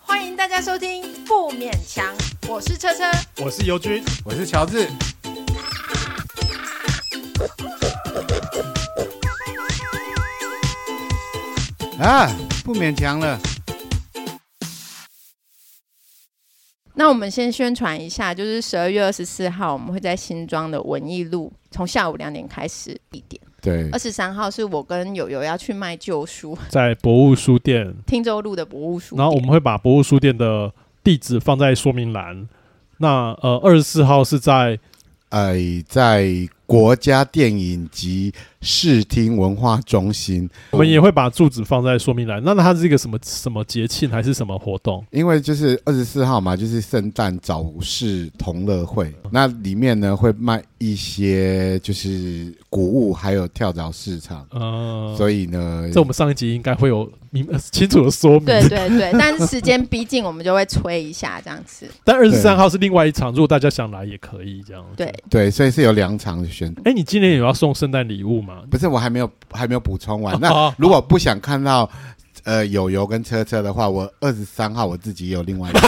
欢迎大家收听《不勉强》，我是车车。我是尤军，我是乔治，啊，不勉强了。那我们先宣传一下，就是十二月二十四号，我们会在新庄的文艺路，从下午两点开始地点。对二，十三号是我跟友友要去卖旧书，在博物书店，汀州路的博物书店。然后我们会把博物书店的地址放在说明栏。那呃，二十四号是在哎，在国家电影及视听文化中心，我们也会把住址放在说明栏。那它是一个什么什么节庆还是什么活动？因为就是二十四号嘛，就是圣诞早市同乐会，那里面呢会卖一些就是谷物，还有跳蚤市场，呃，所以呢，在我们上一集应该会有明呃清楚的说明。对对 对，但时间逼近，我们就会催一下这样子。但二十三号是另外一场，如果大家想来也可以这样。对，对，所以是有两场选。哎，你今年有要送圣诞礼物吗？不是，我还没有还没有补 充完。那哦如果不想看到呃友友跟车车的话，我二十三号我自己有另外一个。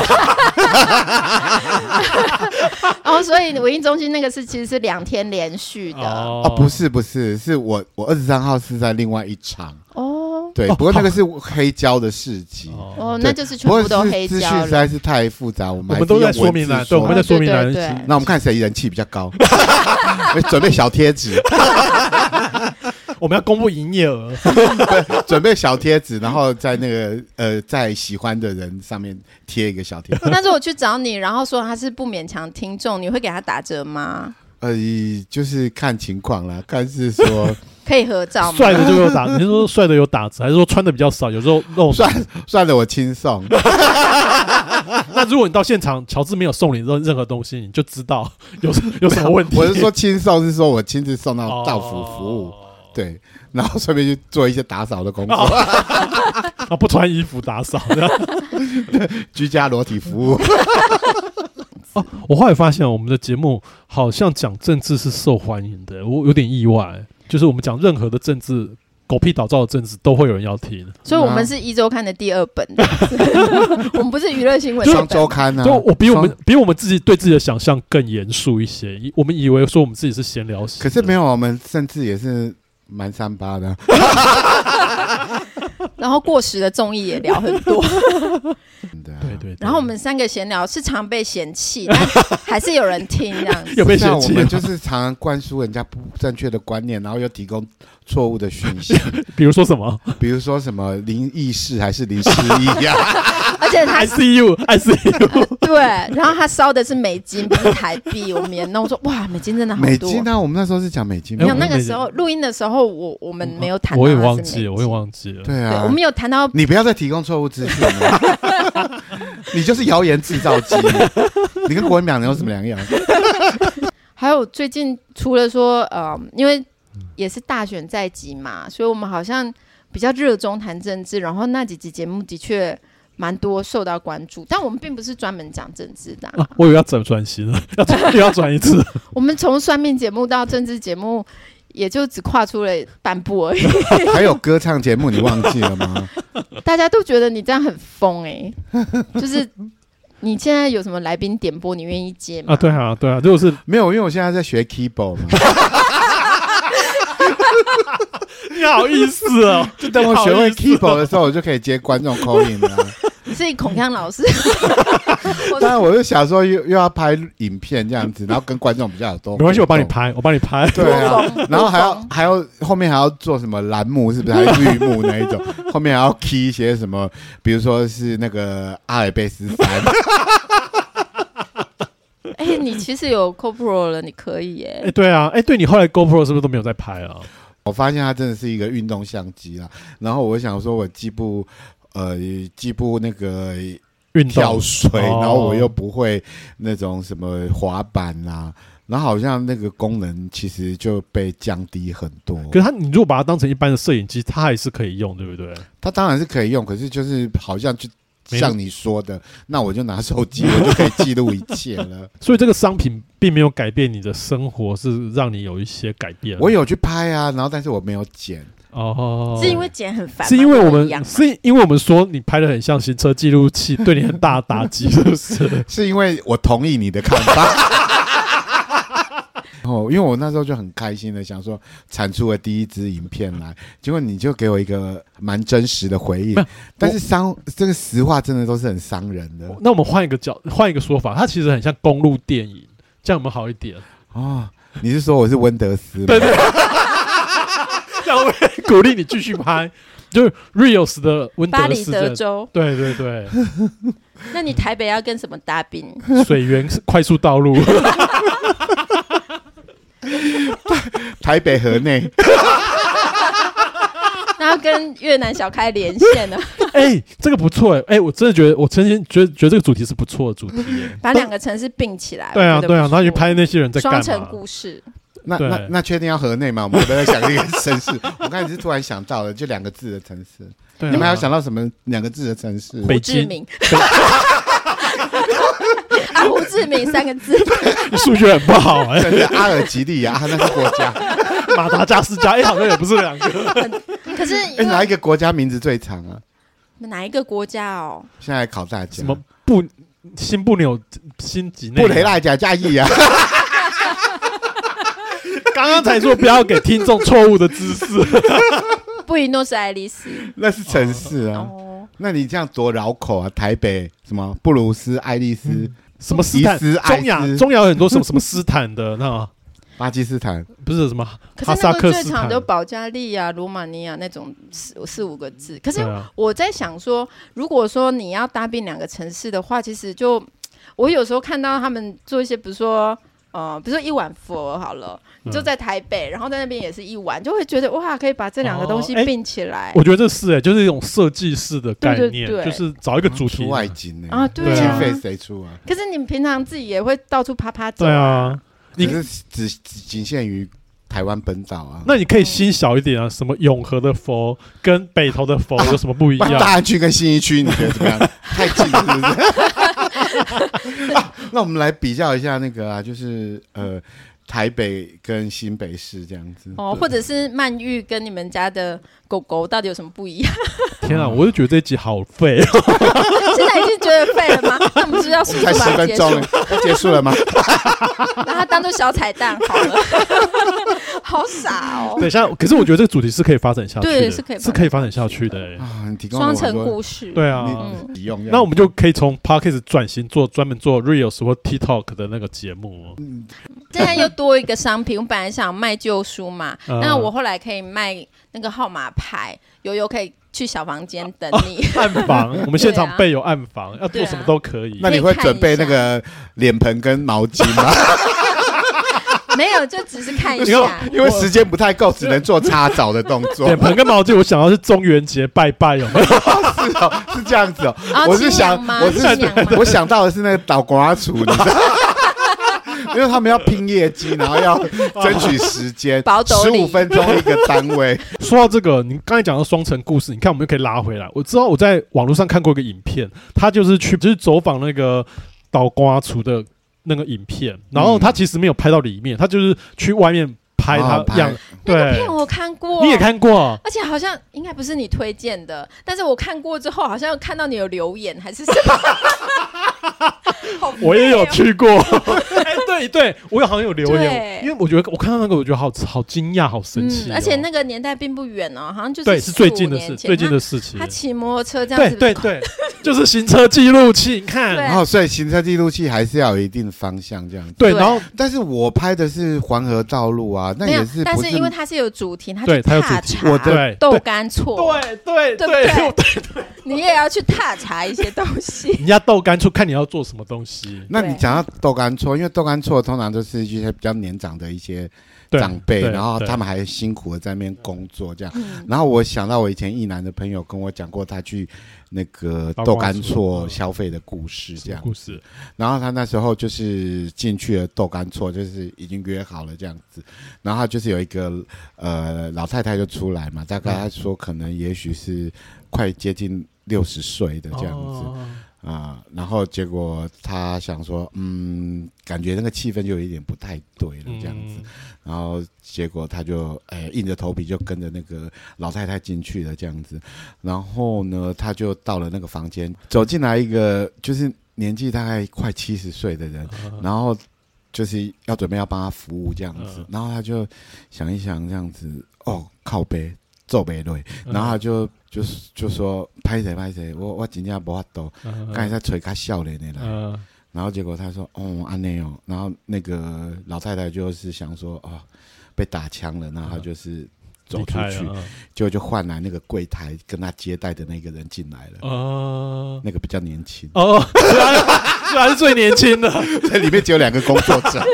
哦，所以文艺中心那个是其实是两天连续的哦，不是不是，是我我二十三号是在另外一场，哦对，哦不过那个是黑胶的市集，哦，哦，对那就是全不部过都是黑资胶讯实了。在是太复杂，我我们还们是都在用说明栏，文字对，我们在哦说明栏对对对那我们看谁人气比较高， 准备小贴纸， 我们要公布营业额。准备小贴纸，然后在那个呃，在喜欢的人上面贴一个小 贴纸，那如果去找你，然后说他是不勉强听众，你会给他打折吗？呃，就是看情况啦，看是说 可以合照吗？帅的就有打，你是说帅的有打折，还是说穿的比较少？有时候那 种算算了，我轻松，那如果你到现场，乔治没有送你任任何东西，你就知道 有有什么问题。我是说轻松是说我亲自送到哦到府服务。对，然后顺便去做一些打扫的工作，哦 啊，不穿衣服打扫。这样居家裸体服务。我后来发现，我们的节目好像讲政治是受欢迎的，我有点意外。就是我们讲任何的政治，狗屁倒灶的政治，都会有人要听。所以我们是一周刊的第二 本， 这样子我们不是娱乐新闻双的周本。刊呢、啊？就我比我们双，比我们自己对自己的想象更严肃一些。以我们以为说我们自己是闲聊型的，可是没有，我们甚至也是蛮三八的。啊然后过时的综艺也聊很 多，对啊对对对。然后我们三个闲聊是常被嫌弃，但还是有人听这样子。 有被嫌像我弃们吗，就是常常灌输人家不正确的观念，然后又提供错误的讯息，比如说什么啊比如说什么灵异事还是灵失忆呀、而且他 ，ICU，ICU，对，然后他烧的是美金，不是台币。我们也弄说哇，美金真的好多。美金啊啊呢、我们那时候是讲美金没有吗哎？那个美金时候录音的时候，我我们没有谈到我它也是美金，忘记了，我也忘记了。对对，啊我，们有谈到你不要再提供错误资讯了，你就是谣言制造机，你跟国民党有什么两样？还有最近除了说，呃，因为也是大选在即嘛，所以我们好像比较热衷谈政治，然后那几集节目的确蛮多受到关注，但我们并不是专门讲政治的啊、啊，我以为要转转型了， 要转又要转一 次。我们从算命节目到政治节目，也就只跨出了半步 而已。还有歌唱节目，你忘记了吗？大家都觉得你这样很疯哎、就是你现在有什么来宾点播，你愿意接吗？啊，对啊，对啊，如果是没有，因为我现在在学 keyboard 嘛，你好意思哦，就等我学会你好意思 keyboard 的时候，我就可以接观众 call in 了、啊你是孔锵老 师， 我当然，我就想说又又要拍影片这样子，然后跟观众比较有 多。没关系，我帮你。拍，我帮你拍。对啊 多功，然后还多要功还要后面还要做什么栏目，是不是？还是绿幕那一种？后面还要 key 一些什么？比如说是那个阿尔卑斯 山，哎、你其实有 CoPro 了，你可以耶、哎，对啊，哎，对你后来 GoPro 是不是都没有在拍啊？啊我发现它真的是一个运动相机啦。然后我想说，我既不呃既不那个运 跳动水，哦然后我又不会那种什么滑板啦、然后好像那个功能其实就被降低很多。可是它，你如果把它当成一般的摄影机，它还是可以用，对不对？它当然是可以用，可是就是好像就没像你说的，那我就拿手机，我就可以记录一切了。所以这个商品并没有改变你的生活，是让你有一些改变。我有去拍啊，然后但是我没有剪，哦，是因为剪很烦吗，是因为我跟一样们吗是因为我们说你拍的很像行车记录 器，对你很大的打击，是不是？是因为我同意你的看法。 哦，因为我那时候就很开心的想说，产出了第一支影片来，结果你就给我一个蛮真实的回应没有，但是伤这个实话真的都是很伤人的那我们换一个角，换一个说法，它其实很像公路电影，这样我们好一点。哦。你是说我是温德斯吗？啊对 对，这样我会鼓励你继续拍，就是 Rios 的温巴德黎斯德的，州，对对对，那你台北要跟什么搭饼？水源是快速道路。台北河内， 那要跟越南小开连线呢？ 哎、这个不错哎、哎、我真的觉得，我真心觉得觉得这个主题是不错的主题耶、 把两个城市并起来。对啊，我觉得不对啊，然后去错拍那些人在干双嘛？城故事，那对那那确定要河内吗？我们都在想这个城 市，我刚才是突然想到了，就两个字的城市。对啊你们还有想到什么两个字的城市？北胡志京明。啊，胡志明三个字， 你数学很不好哎、真的阿尔及利亚，啊那是国 家。 马达加斯加，哎、好像也不是两 个。可是哎，因哪为一个国家名字最长啊？哪一个国家哦？现在考大家。什么布新布纽新几内？布雷，纳贾加意啊？刚刚才说不要给听众错误的知 识。布宜诺斯艾利斯 那是城市嗯啊。哦，那你这样多绕口啊！台北什么布鲁斯、爱丽丝、什么斯坦？伊斯艾斯中亚中亚有很多什么什么斯坦的那巴基斯坦，不是什么 可哈是萨那个克最斯长坦就？保加利亚、罗马尼亚那种四四五个字。可对是啊，我在想说，如果说你要搭并两个城市的话，其实就我有时候看到他们做一些，比如说。呃，比如说一碗佛好了，嗯你就在台北，然后在那边也是一碗，就会觉得哇，可以把这两个东西哦哎并起来、我觉得这是哎、就是一种设计式的概对对念，对就是找一个主题出外景呢？啊，对对啊经。费谁出啊？可是你们平常自己也会到处啪啪走、对啊，你可是只只仅限于台湾本岛啊。那你可以心小一点啊，什么永和的佛跟北投的佛有什么不一不然样？大安区跟信义区，你觉得怎么 样？太近了是不是？ 啊那我们来比较一下那个啊，就是呃，台北跟新北市这样子。哦，对或者是曼玉跟你们家的狗狗到底有什么不一 样？天啊，我就觉得这一集好废、哦。现在已经觉得废了吗？ 那我们是要我速们速把才十它分结钟束，了，要结束了吗？把它当做小彩蛋好了。 好傻哦。等一下，可是我觉得这个主题是可以发展下去的，对是可以发展是可以发展下去的、欸。啊，你提供了双我城很故多事，对啊，嗯你你用。那我们就可以从 Podcast 转型做专门做 Reels 或 TikTok 的那个节目哦。现在又多一个商品。我本来想卖旧书嘛，嗯那我后来可以卖那个号码牌，悠悠可以去小房间等你。 暗房，我们现场对啊备有暗房，要做对啊什么都可以。那你会准备那个脸盆跟毛巾吗？没有，就只是 看一你下看。因为时间不太够，只能做擦澡的动作脸。盆跟毛巾，我想到是中元节拜拜，有没有？ 是哦，是这样子哦。啊我是想清凉，吗我是清凉吗我想到的是那个倒瓜厨，你知道。 因为他们要拼业绩，然后要争取 时间保，斗十里五分钟一个单位。说到这个，你刚才讲到双城故事，你看我们就可以拉回来。我知道我在网络上看过一个影片，他就是去就是走访那个倒瓜厨的那个影片，然后他其实没有拍到里面，他就是去外面拍他哦拍样。那个对片，我看过，啊你也，看过？而且好像应该不是你推荐的，但是我看过之后，好像看到你有留言还是什 么。好我也有废哦去过，哎， 对对，我有好像有留言，对因为我觉得我看到那个，我觉得好好惊讶，好神奇嗯，哦、而且那个年代并不远哦，好像就是对是最近的15事，年前最近的事情他。他骑摩托车这样对子，对对，就是行车记录器，你看， 对然后，所以行车记录器还是要有一定方向这样子。对，对然后但是我拍的是环河道路啊，那没有也，是但不是因为它是有主题，它对去它有踏主题查我的对豆对干错，对对对不对，你也要去踏查一些东西。 人家豆干处看你要做什么东西。那你对讲到豆干错，因为豆干错通常都是一些比较年长的一些对长辈，对然后对他们还辛苦的在那边工作这样。嗯，然后我想到我以前一男的朋友跟我讲过他去那个道豆光干处厝嗯消费的故事这样故事，然后他那时候就是进去了豆干厝，就是已经约好了这样子。然后他就是有一个呃老太太就出来嘛，大概嗯他说可能也许是快接近六十岁的这样子哦啊、然后结果他想说，嗯，感觉那个气氛就有一点不太对了这样嗯子。，然后结果他就哎硬着头皮就跟着那个老太太进去了这样子，然后呢，他就到了那个房间，走进来一个就是年纪大概快七十岁的人，嗯然后就是要准备要帮他服务这样子嗯，然后他就想一想这样子，哦，靠背皱背对，嗯然后他就就就说拍谁拍谁，我我真正无法度，嗯刚才在吹他笑脸的啦。嗯然后结果他说：“哦，安内哦。”然后那个老太太就是想说：“哦，被打枪了。”然后她就是走嗯离出开去，了结果就换来那个柜台跟他接待的那个人进来了，嗯，那个比较年轻 哦， 虽然虽然是最年轻的， 这里面只有两个工作者。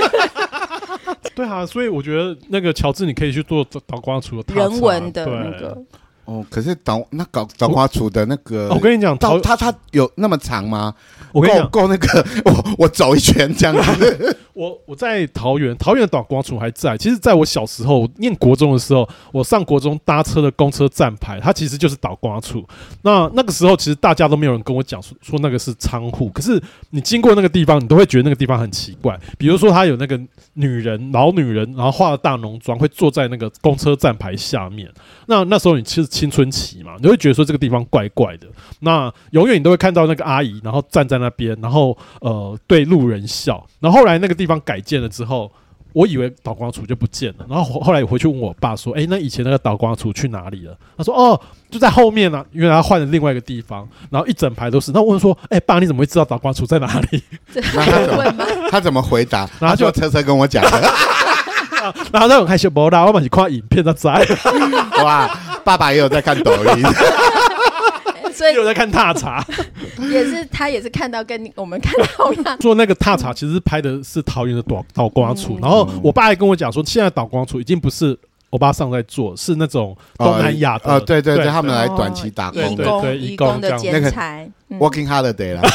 对啊，所以我觉得那个乔治，你可以去做倒瓜厨的踏查啊人文的对那个，哦，可是导那搞导花厨的那个，哦我跟你讲，到陶，他他有那么长吗？我跟你够讲，够那个，我我走一圈这样 子。我我在桃园，桃园的导光处还在。其实，在我小时候，我念国中的时候，我上国中搭车的公车站牌，它其实就是导光处。那那个时候，其实大家都没有人跟我讲说说那个是仓库，可是你经过那个地方，你都会觉得那个地方很奇怪。比如说，他有那个女人，老女人，然后化了大浓妆，会坐在那个公车站牌下面。那那时候你是青春期嘛，你会觉得说这个地方怪怪的。那永远你都会看到那个阿姨，然后站在那边，然后呃对路人笑。然后后来那个地方改建了之后，我以为导光处就不见了。然后后后来我回去问我爸说：“诶，那以前那个导光处去哪里了？”他说：“哦，就在后面啊，因为他换了另外一个地方。”然后一整排都是。那我问说：“诶，爸，你怎么会知道导光处在哪里这那他怎么问吗？他怎么回答？然后他就说车车跟我讲 的，？”然后他很害羞，不啦，我把你看影片在在，哇，爸爸也有在看抖音。所以 有在看踏查。，也是他也是看到跟你我们看到 一样做那个踏查，嗯其实拍的是桃园的导导光处。嗯然后我爸还跟我讲说，现在导光处已经不是欧巴桑在做，是那种东南亚的。呃，对对对，对他们来哦短期打对工义的对工对义义工这的样剪裁，嗯 working holiday 啦。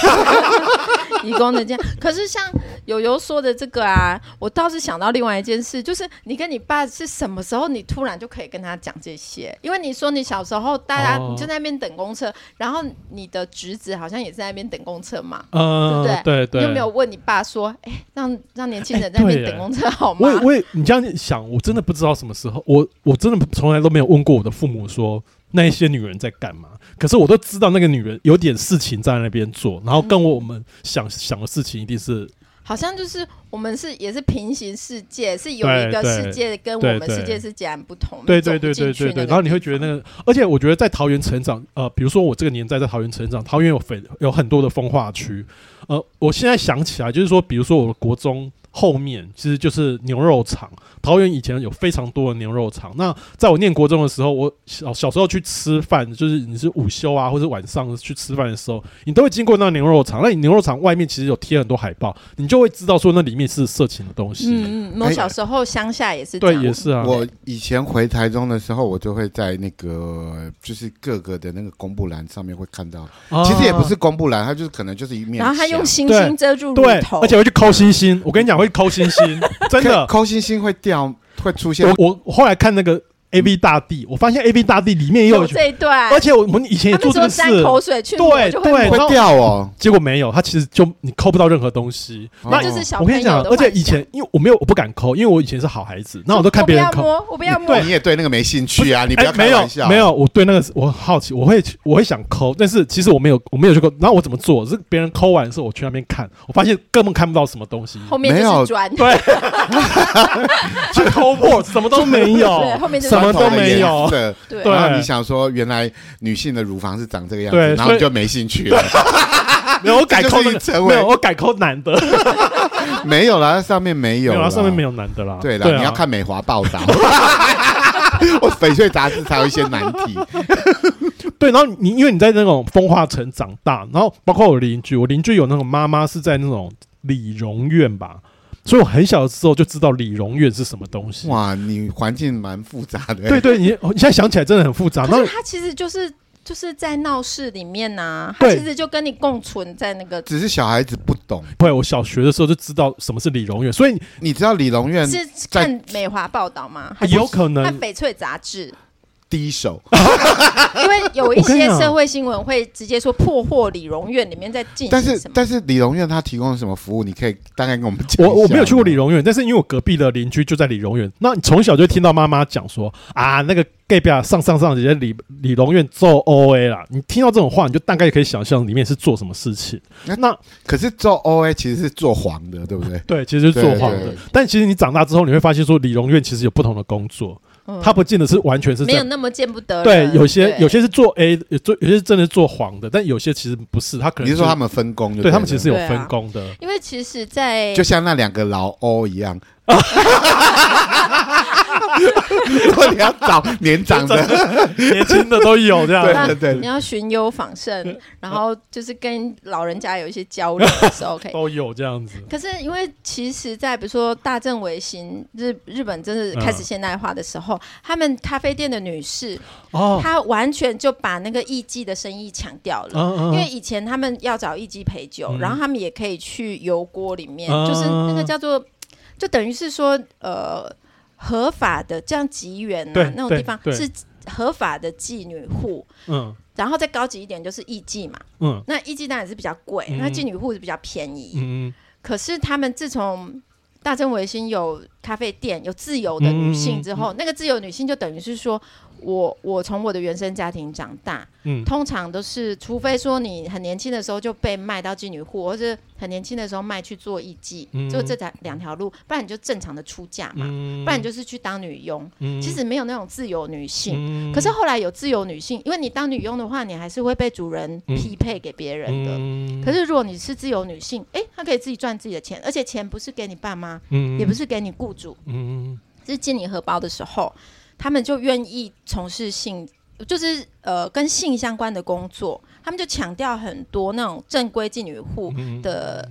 义工的这样。可是像友友说的这个啊，我倒是想到另外一件事，就是你跟你爸是什么时候你突然就可以跟他讲这些？因为你说你小时候大家哦你就在那边等公车，然后你的侄子好像也在那边等公车嘛。嗯，对不对你对。有没有问你爸说，哎、让让年轻人哎在那边对耶等公车好吗？我也我也，你这样想，我真的不知道什么时候，我我真的从来都没有问过我的父母说那一些女人在干嘛。可是我都知道那个女人有点事情在那边做，然后跟我们想、想的事情一定是好像就是我们是也是平行世界，是有对一个对世界跟我对们对世界是截然不同。对你走对不对对进去对对，那个然后你会地觉得方那个，而且我觉得在桃园成长，呃，比如说我这个年代在桃园成长，桃园有非有很多的风化区，呃，我现在想起来就是说，比如说我的国中后面其实就是牛肉厂，桃园以前有非常多的牛肉厂。那在我念国中的时候，我小小时候去吃饭，就是你是午休啊，或者晚上去吃饭的时候，你都会经过那牛肉厂。那你牛肉厂外面其实有贴很多海报，你就会知道说那里面是色情的东西。嗯嗯，我哎小时候乡下也是这对，样也是啊。我以前回台中的时候，我就会在那个就是各个的那个公布栏上面会看到，其实也不啊是公布栏，它就是可能就是一面墙。然后他用星对星遮住乳对，头，而且会去抠 星星。我跟你讲，会抠星星，真可的。抠星星会掉，会出现我我我后来看那个 A V 大帝，我发现 A V 大帝里面也有有，这一段，而且我们以前也哦他做们说这个事，沾口水去对抹就会抹对会掉哦。结果没有，它其实就你抠不到任何东西。哦那那就是小我朋跟友你的幻，讲想。而且以前因为我没有我不敢抠，因为我以前是好孩子，那我都看别人我不抠要。摸，我不要摸，对你也对那个没兴趣啊，你不哎要没开有玩笑。没有，我对那个是我好奇，我会我会想抠，但是其实我没有我没有去抠。然后我怎么做？是别人抠完的时候，我去那边看，我发现根本看不到什么东西， 后面没就有是砖，对，去抠破，什 么都没对，有。后面就是什么都砖头的没有颜色对对然后你想说，原来女性的乳房是长这个样子对，然后所你以就没兴趣了。没有，我改抠那这个就是成为没有，我改抠男的，没有啦，上面没有没有啦，啊，上面没有男的啦。啊对啦，啦，你要看美华报 道。我翡翠杂志才有一些难题，对，然后你因为你在那种风化城长大，然后包括我邻居，我邻居有那种妈妈是在那种理容院吧，所以我很小的时候就知道李荣院是什么东西。哇，你环境蛮复杂的。对，对，你你现在想起来真的很复杂。啊那可是他其实就是就是在闹市里面呐、他对其实就跟你共存在那个只是小孩子不懂。对我小学的时候就知道什么是李荣院，所以你知道李荣院是看美华报道吗？还是哎有可看能翡翠杂志，第一手，哎因为有一我跟你些讲社会新闻会直接说破获李荣院里面在进但行是什么。但是李荣院他提供了什么服务？你可以大概跟我们讲一下。我我没有去过李荣院，但是因为我隔壁的邻居就在李荣院，那你从小就听到妈妈讲说啊，那个 gay 表上上上直接李李荣院做 O A 啦。你听到这种话，你就大概可以想象里面是做什么事情。那那可是做 O A 其实是做黄的，对不对？对，其实是做对谎对的。但其实你长大之后，你会发现说李荣院其实有不同的工作，嗯他不见得是完全是没有在。那么见不得对人，有些对有些是做 A，有做有些是真的是做黄的，但有些其实不是，他可能你是说就他们分工就对对他们其实了有对啊分工的。因为其实在，就像那两个老欧一 样。如果你要找年长的， 啊年轻的都有这样。对对对你，要寻幽访胜，嗯然后就是跟老人家有一些交流的时候 可以。都有这样子。可是因为其实，在比如说大正维新日日本真是开始现代化的时候，他们咖啡店的女士，嗯哦，她完全就把那个艺妓的生意抢掉了。嗯嗯因为以前他们要找艺妓陪酒，嗯然后他们也可以去油锅里面，啊就是那个叫做，就等于是说，呃，合法的这样集缘对啊，那种对地方对是合法的妓女户，嗯然后再高级一点就是艺妓嘛。嗯那艺妓当然是比较贵，嗯那妓女户是比较便宜。嗯可是他们自从大正维新有咖啡店、有自由的女性之嗯后，那个自由女性就等于是说，我我从我的原生家庭长大，嗯通常都是，除非说你很年轻的时候就被卖到妓女户，或者很年轻的时候卖去做艺妓，嗯就这两两条路，不然你就正常的出嫁嘛，嗯，不然你就是去当女佣。嗯其实没有那种自由女性，嗯可是后来有自由女性，因为你当女佣的话，你还是会被主人匹配给别人的。嗯可是如果你是自由女性，诶，她可以自己赚自己的钱，而且钱不是给你爸妈，嗯也不是给你雇主，嗯是进你荷包的时候，他们就愿意从事性，就是呃跟性相关的工作，他们就强调很多那种正规妓女户嗯的、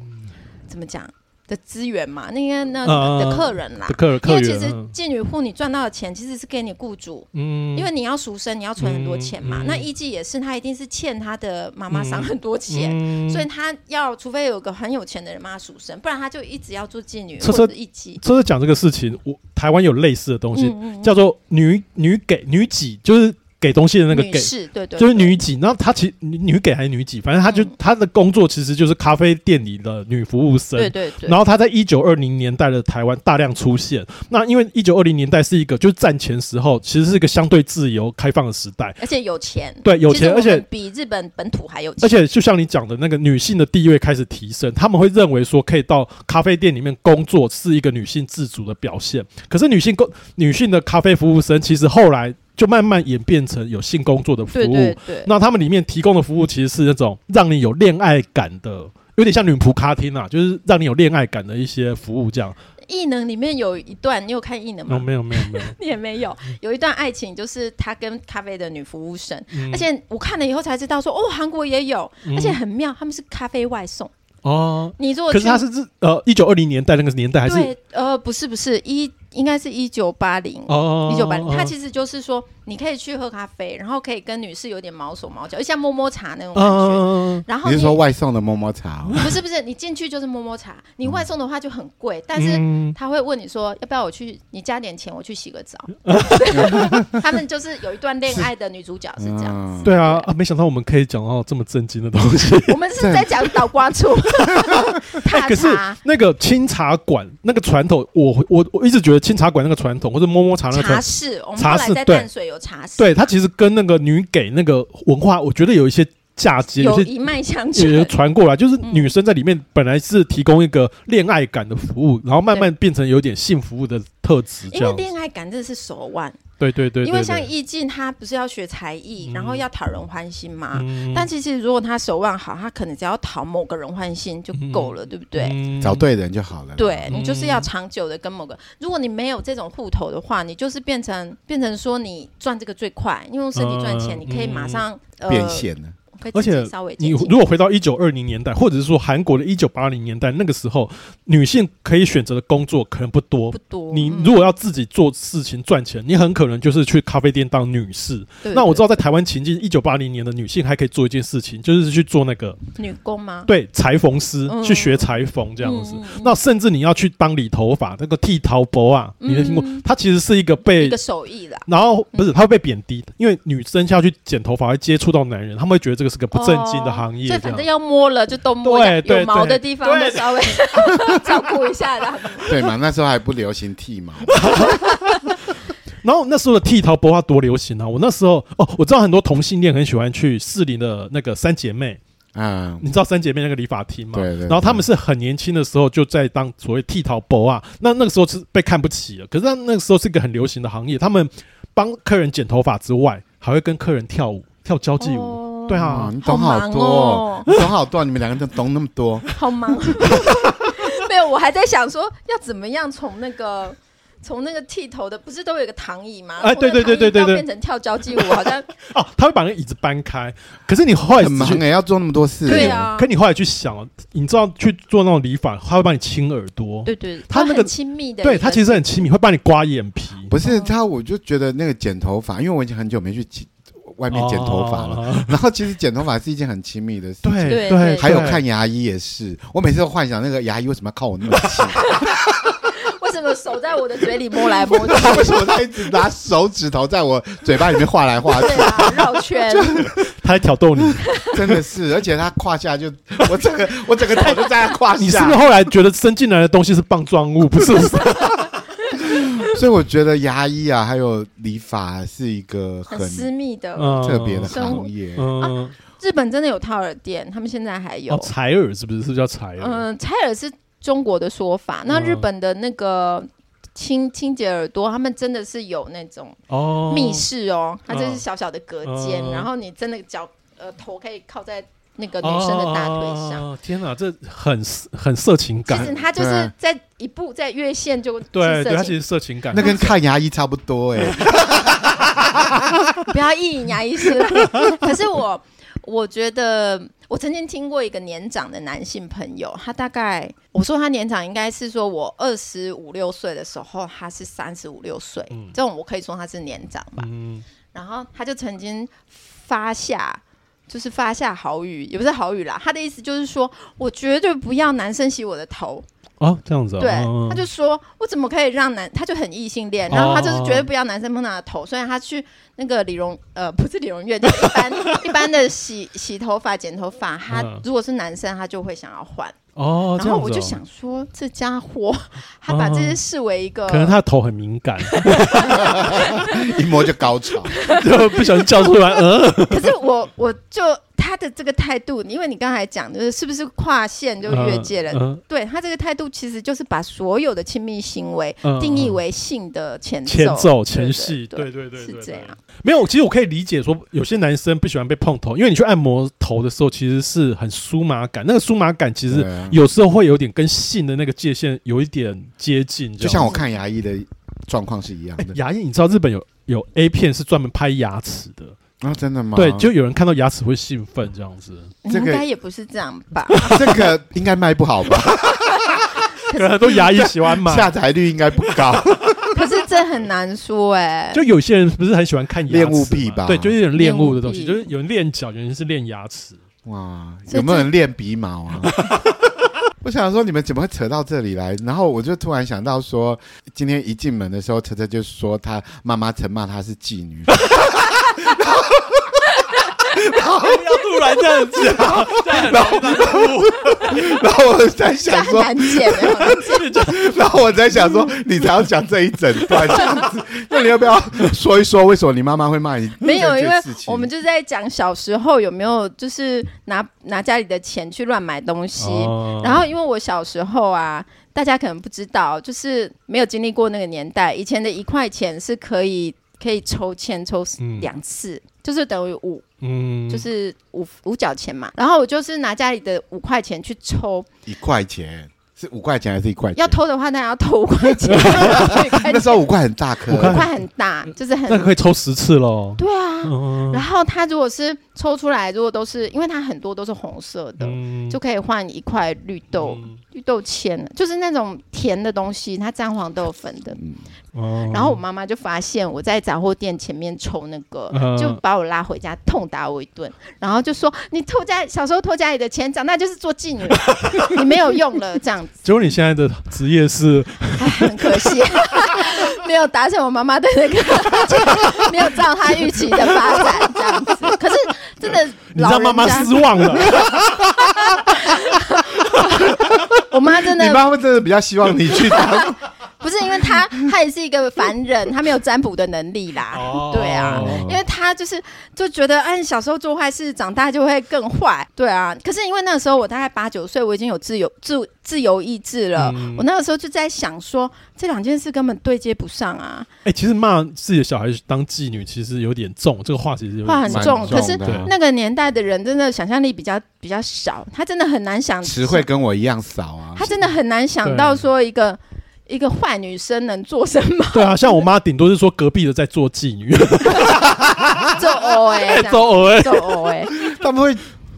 怎么讲的资源嘛，那个那啊的客人啦。的客因客为其源实妓女户你赚到的钱其实是给你雇主，嗯因为你要赎身，你要存很多钱嘛。嗯嗯那艺妓也是，她一定是欠她的妈妈赏很多钱，嗯所以他要，除非有个很有钱的人帮他赎身，不然他就一直要做妓女车或车者一妓。这是讲这个事情，我台湾有类似的东西，嗯叫做女女给女给，就是给东西的那个女给。士，对对，就是对女给，然后她其女女给还是女给，反正她就嗯她的工作其实就是咖啡店里的女服务生，对对对，然后他在一九二零年代的台湾大量出现。那因为一九二零年代是一个就是战前时候，其实是一个相对自由开放的时代。而且有钱，对，有其实钱，我而们且比日本本土还有钱，而且就像你讲的那个女性的地位开始提升，他们会认为说可以到咖啡店里面工作是一个女性自主的表现。可是女性工女性的咖啡服务生，其实后来就慢慢演变成有性工作的服对务。对对，那他们里面提供的服务其实是那种让你有恋爱感的。有点像女仆咖厅啊，就是让你有恋爱感的一些服务，这样。异能里面有一段，你有看异能哦，吗？没有没有 没有，你也没有，有一段爱情就是他跟咖啡的女服务生，嗯而且我看了以后才知道说，哦，韩国也有，嗯而且很妙，他们是咖啡外送。哦，你如果可是去他是日呃一九二零年代那个年代还是对，呃，不是不是一，应该是一九八零哦一九八零，它实其实就是说，你可以去喝咖啡，然后可以跟女士有点毛手毛脚，就像摸摸茶那种感觉。嗯然后你是说外送的摸摸茶哦？不是不是，你 进去就是摸摸茶，你外送的话就很贵，但是嗯他会问你说要不要我去，你加点钱我去洗个 澡。他们就是有一段恋爱的女主角是这样。嗯对啊啊，没想到我们可以讲到这么震惊的东西。我们是在讲倒瓜 醋，踏 哎可是茶那个清茶馆那个传统，我我我一直觉得清茶馆那个传统或者摸摸茶那个传茶统，室，我们茶后来室在对淡水有茶室，对它其实跟那个女给那个文化，我觉得有一些嫁接，有有些一脉相也承。传过来，就是嗯女生在里面本来是提供一个恋爱感的服务，然后慢慢变成有点性服务的特质，这因为样子。恋爱感真的是手腕，对对对，因为对像对易静她不是要学才艺，嗯然后要讨人欢心嘛，嗯但其实如果他手腕好，他可能只要讨某个人欢心就够了，对不对？嗯找对人就好了。对你就是要长久的跟某个，如果你没有这种户头的话，你就是变成变成说你赚这个最快，因为用身体赚钱，嗯你可以马上、呃 变现了，会而且自己稍微你接近如果回到一九二零年代，或者是说韩国的一九八零年代，那个时候女性可以选择的工作可能不多不。多，你嗯如果要自己做事情赚钱，你很可能就是去咖啡店当女士。对那我知道，对在台湾情境，一九八零年的女性还可以做一件事情，就是去做那个女工吗？对裁缝师，嗯去学裁缝这样子嗯嗯嗯。那甚至你要去当理头发，那个剃头伯啊，你有听过嗯？它其实是一个被一个嗯手艺啦，然后不是，他会被贬低，因为女生下去剪头发会接触到男人，他们会觉得这个是个不正经的行业哦所以这反样正。要摸了就都摸，对对有毛对的地方对就稍微 照顾一下 啦。对嘛？那时候还不流行 剃毛，然后那时候的剃头博它多流行啊！我那时候哦，我知道很多同性恋很喜欢去士林的那个三姐妹，嗯，你知道三姐妹那个理发厅吗？对对然后他们是很年轻的时候就在当所谓剃头博啊，那那个时候是被看不起的。可是那那个时候是一个很流行的行业，他们帮客人剪头发之外，还会跟客人跳舞，跳交际舞。哦对啊啊，，你懂好忙多哦，哦，你懂好多，你们两个都懂那么 多，好忙。 没有，我还在想说要怎么样从那个从那个剃头的，不是都有一个躺椅吗？哎从那个对对躺对对椅到对对变成跳交际舞，好 像哦，他会把那个椅子搬开。可是你后来很忙欸仔细哎，要做那么多事，对啊可你后来去想哦，你知道去做那种理发，他会帮你清耳朵，对对，他那个很亲密的一个，他其实很亲密，会帮你刮眼皮，不是他，我就觉得那个剪头发，因为我已经很久没去剪外面剪头发了。了。然后其实剪头发是一件很亲密的事情，对对哦对，对还有看牙医也是，我每次都幻想那个牙医为什么要靠我那么 近， 为什么手在我的嘴里摸来摸 去？他为什么他一直拿手指头在我嘴巴里面画来画 去对，啊，绕圈，他在挑逗 你，真的是，而且他胯下就我整个我整个头就在他 胯你是不是下，后来觉得伸进来的东西是棒状物，不是？ 所以我觉得牙医啊，还有理发是一个很很私密的。 嗯特别的生活行业，嗯，日本真的有套耳店，他们现在还啊有。哦，采耳是不是？是不是叫采耳？嗯，采耳是中国的说法，那嗯日本的那个清清洁耳朵，他们真的是有那种哦，密室哦，它就是嗯小小的隔间，嗯然后你真的脚呃头可以靠在那个女生的大腿上。哦。天哪，这很很色情其感实，它就是在一步在越线就对对，是它色其情实色情感那。跟看牙医差不多 哎、不要意淫牙医 师。可是我我觉得，我曾经听过一个年长的男性朋友，他大概我说他年长应该是说我二十五六岁的时候，他是三十五六岁，嗯这种我可以说他是年长吧。嗯，然后他就曾经发下。就是发下豪语，也不是豪语啦。他的意思就是说，我绝对不要男生洗我的头。哦，这样子哦。对嗯，他就说我怎么可以让男，他就很异性恋，哦然后他就是绝对不要男生碰他的头，所以他去那个理容呃不是理容院，就一般 一般的洗洗头发、剪头发，他嗯如果是男生，他就会想要换。哦，这然样后子我就哦，嗯想说，这家伙 他把这些视为一个，可能他的头很 敏感，一摸就高潮。就不小心叫出来，呃，可是我 我就他的这个态度，因为你刚才讲就是是不是跨线就越界了？嗯对他这个态度，其实就是把所有的亲密行为嗯定义嗯为性的前奏、前对奏、前对戏，对对，对对，是对这样。没有，其实我可以理解说，有些男生不喜欢被碰头，因为你去按摩头的时候，其实是很酥麻感，那个酥麻感其实对啊有时候会有点跟性的那个界限有一点接近，就像我这样子。看牙医的状况是一 样哎的。牙医，你知道日本有有 A 片是专门拍牙齿的，啊，真的吗？对，就有人看到牙齿会兴奋这样子，这应个该也不是这样吧？ 这个应该卖不好吧？可能很多牙医喜欢买。下载率应该不 高。可是这很难说 哎、就有些人不是很喜欢看牙齿嘛恋物癖吧对，就是有点恋物的东西，恋物癖就是有人练脚，有人是练 牙齿。哇，所以有没有人练鼻毛啊？ 我想说你们怎么会扯到这里来？然后我就突然想到说，今天一进门的时候，车车就说他妈妈曾骂她是妓 女，哦不要突然这样子 啊！这样很然后我在这想很说，难解没有。 然后我在想说，你才要讲这一整 段这样子，那你要不要说一说为什么你妈妈会骂你？没有，因为这件事情我们就在讲小时候有没有就是拿拿家里的钱去乱买东西。哦然后，因为我小时候啊，大家可能不知道，就是没有经历过那个年代，以前的一块钱是可以可以抽签抽嗯两次，就是等于五嗯，就是五五角钱嘛。然后我就是拿家里的五块钱去抽，一块钱，是五块钱还是一块钱？要偷的哎话，当然要偷五块 钱。那那时候五块很大颗，五块五块很大，就是很那个可以抽十次喽。对啊。嗯然后它如果是抽出来，如果都是因为它很多都是红色的，嗯就可以换一块绿豆、嗯绿豆签，就是那种甜的东西，它蛋黄都有粉的。嗯，哦然后我妈妈就发现我在杂货店前面抽那个，嗯就把我拉回家痛打我一顿，然后就说你偷家小时候偷家里的钱，长大就是做妓女，你没有用了，这样子，结果你现在的职业是唉，很可惜，没有达成我妈妈的那个， 没有照她预期的发展，这样子。可是真的，你让妈妈失，望了， 我妈真你的妈妈真的比较希望你去当，不是因为她，她也是一个凡人，她没有占卜的能力啦，哦对啊。因为他就是就觉得，哎，小时候做坏事，长大就会更坏，对啊。可是因为那个时候我大概八九岁，我已经有自由自自由意志了。嗯我那个时候就在想说，这两件事根本对接不上啊，哎，其实骂自己的小孩当妓女其实有点重，这个话其实有话点 很蛮重。重可是的啊那个年代的人真的想象力比较比较少，他真的很难想词汇，跟我一样少 啊。他真的很难想到说一个一个坏女生能做什么对啊，像我妈顶多是说隔壁的在做妓 女，啊做哦哎，周偶哎，做哦哎，他们会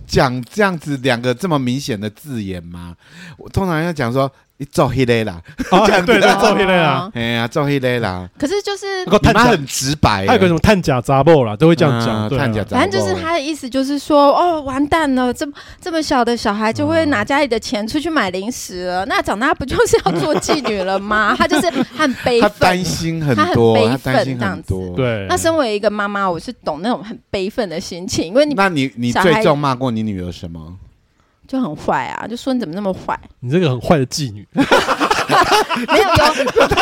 讲这样子两个这么明显的字眼吗？我通常要讲说你做黑嘞啦，啊这样子对对，啊做黑的啦，哎呀，做黑嘞啦，可是就是那个你探妈假，很直白欸，啊还有个什么探假杂报啦，都会这样讲，对啊探假，杂反正就是货他的意思，就是说，哦，完蛋了，这么这么小的小孩就会拿家里的钱出去买零食嗯了，那长大不就是要做妓女了 吗？他就是他很悲他愤担。心很他很多，悲他担愤心这样很子多。，对，那身为一个妈妈，我是懂那种很悲愤的心情，因为你那你你小最孩重骂过你女儿什么？就很坏啊，就说你怎么那么 坏？你这个很坏的妓女，没有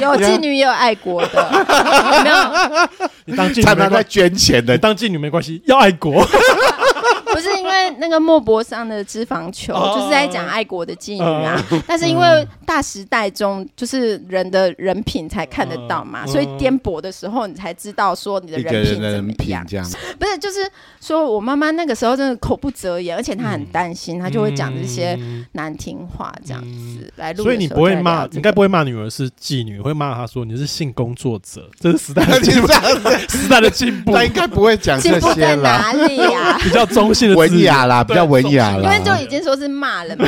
有有妓女也有爱国的，有没有？你当妓 常女没常在关捐 钱你的，当妓女没关系，要爱 国，不是因为那个莫泊桑的脂肪球，哦就是在讲爱国的妓女啊。哦 但是因为大时代中，就是人的人品才看得到嘛，嗯所以颠簸的时候，你才知道说你的一个人人品的怎人么品样。这 样。不是，就是说我妈妈那个时候真的口不择言，而且她很担心，她就会讲这些嗯难听话，这样子来录的时候再聊这个。所以你不会骂，你应该不会骂女儿是妓女，会骂她说你是性工作者，这是时 代的 那进这样子，时代的进步，他应该不会讲进 这步些在啦，哪里啊呀、比较中性的字文眼雅啦，比对较文雅中因啦为。就已经说是骂 了嘛，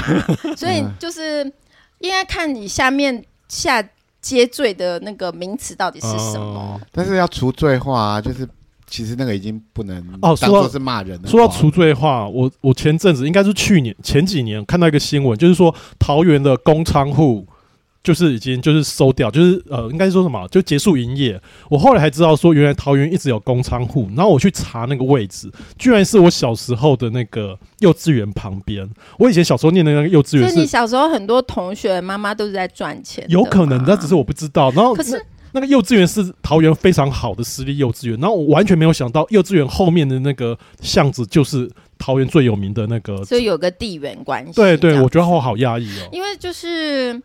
所以就是嗯应该看你下面下接罪的那个名词到底是什么。哦但是要除罪化啊，就是其实那个已经不能哦说当到做是骂人的话。说到除罪化，我我前阵子应该是去年前几年看到一个新闻，就是呃说桃园的工仓户就是已经就是收掉，就是呃应该说什么就结束营业。我后来还知道说，原来桃园一直有工仓户，然后我去查那个位置，居然是我小时候的那个幼稚园旁边。我以前小时候念的那个幼稚所园以你是小时候很多同学妈妈都是在赚钱的嘛，有可能，但只是我不知道。然后可是那个幼稚园是桃园非常好的私立幼稚园，然后我完全没有想到幼稚园后面的那个巷子就是桃园最有名的那个。所以有个地缘关系。对这对，样我觉嗯得我好压抑哦。因为就是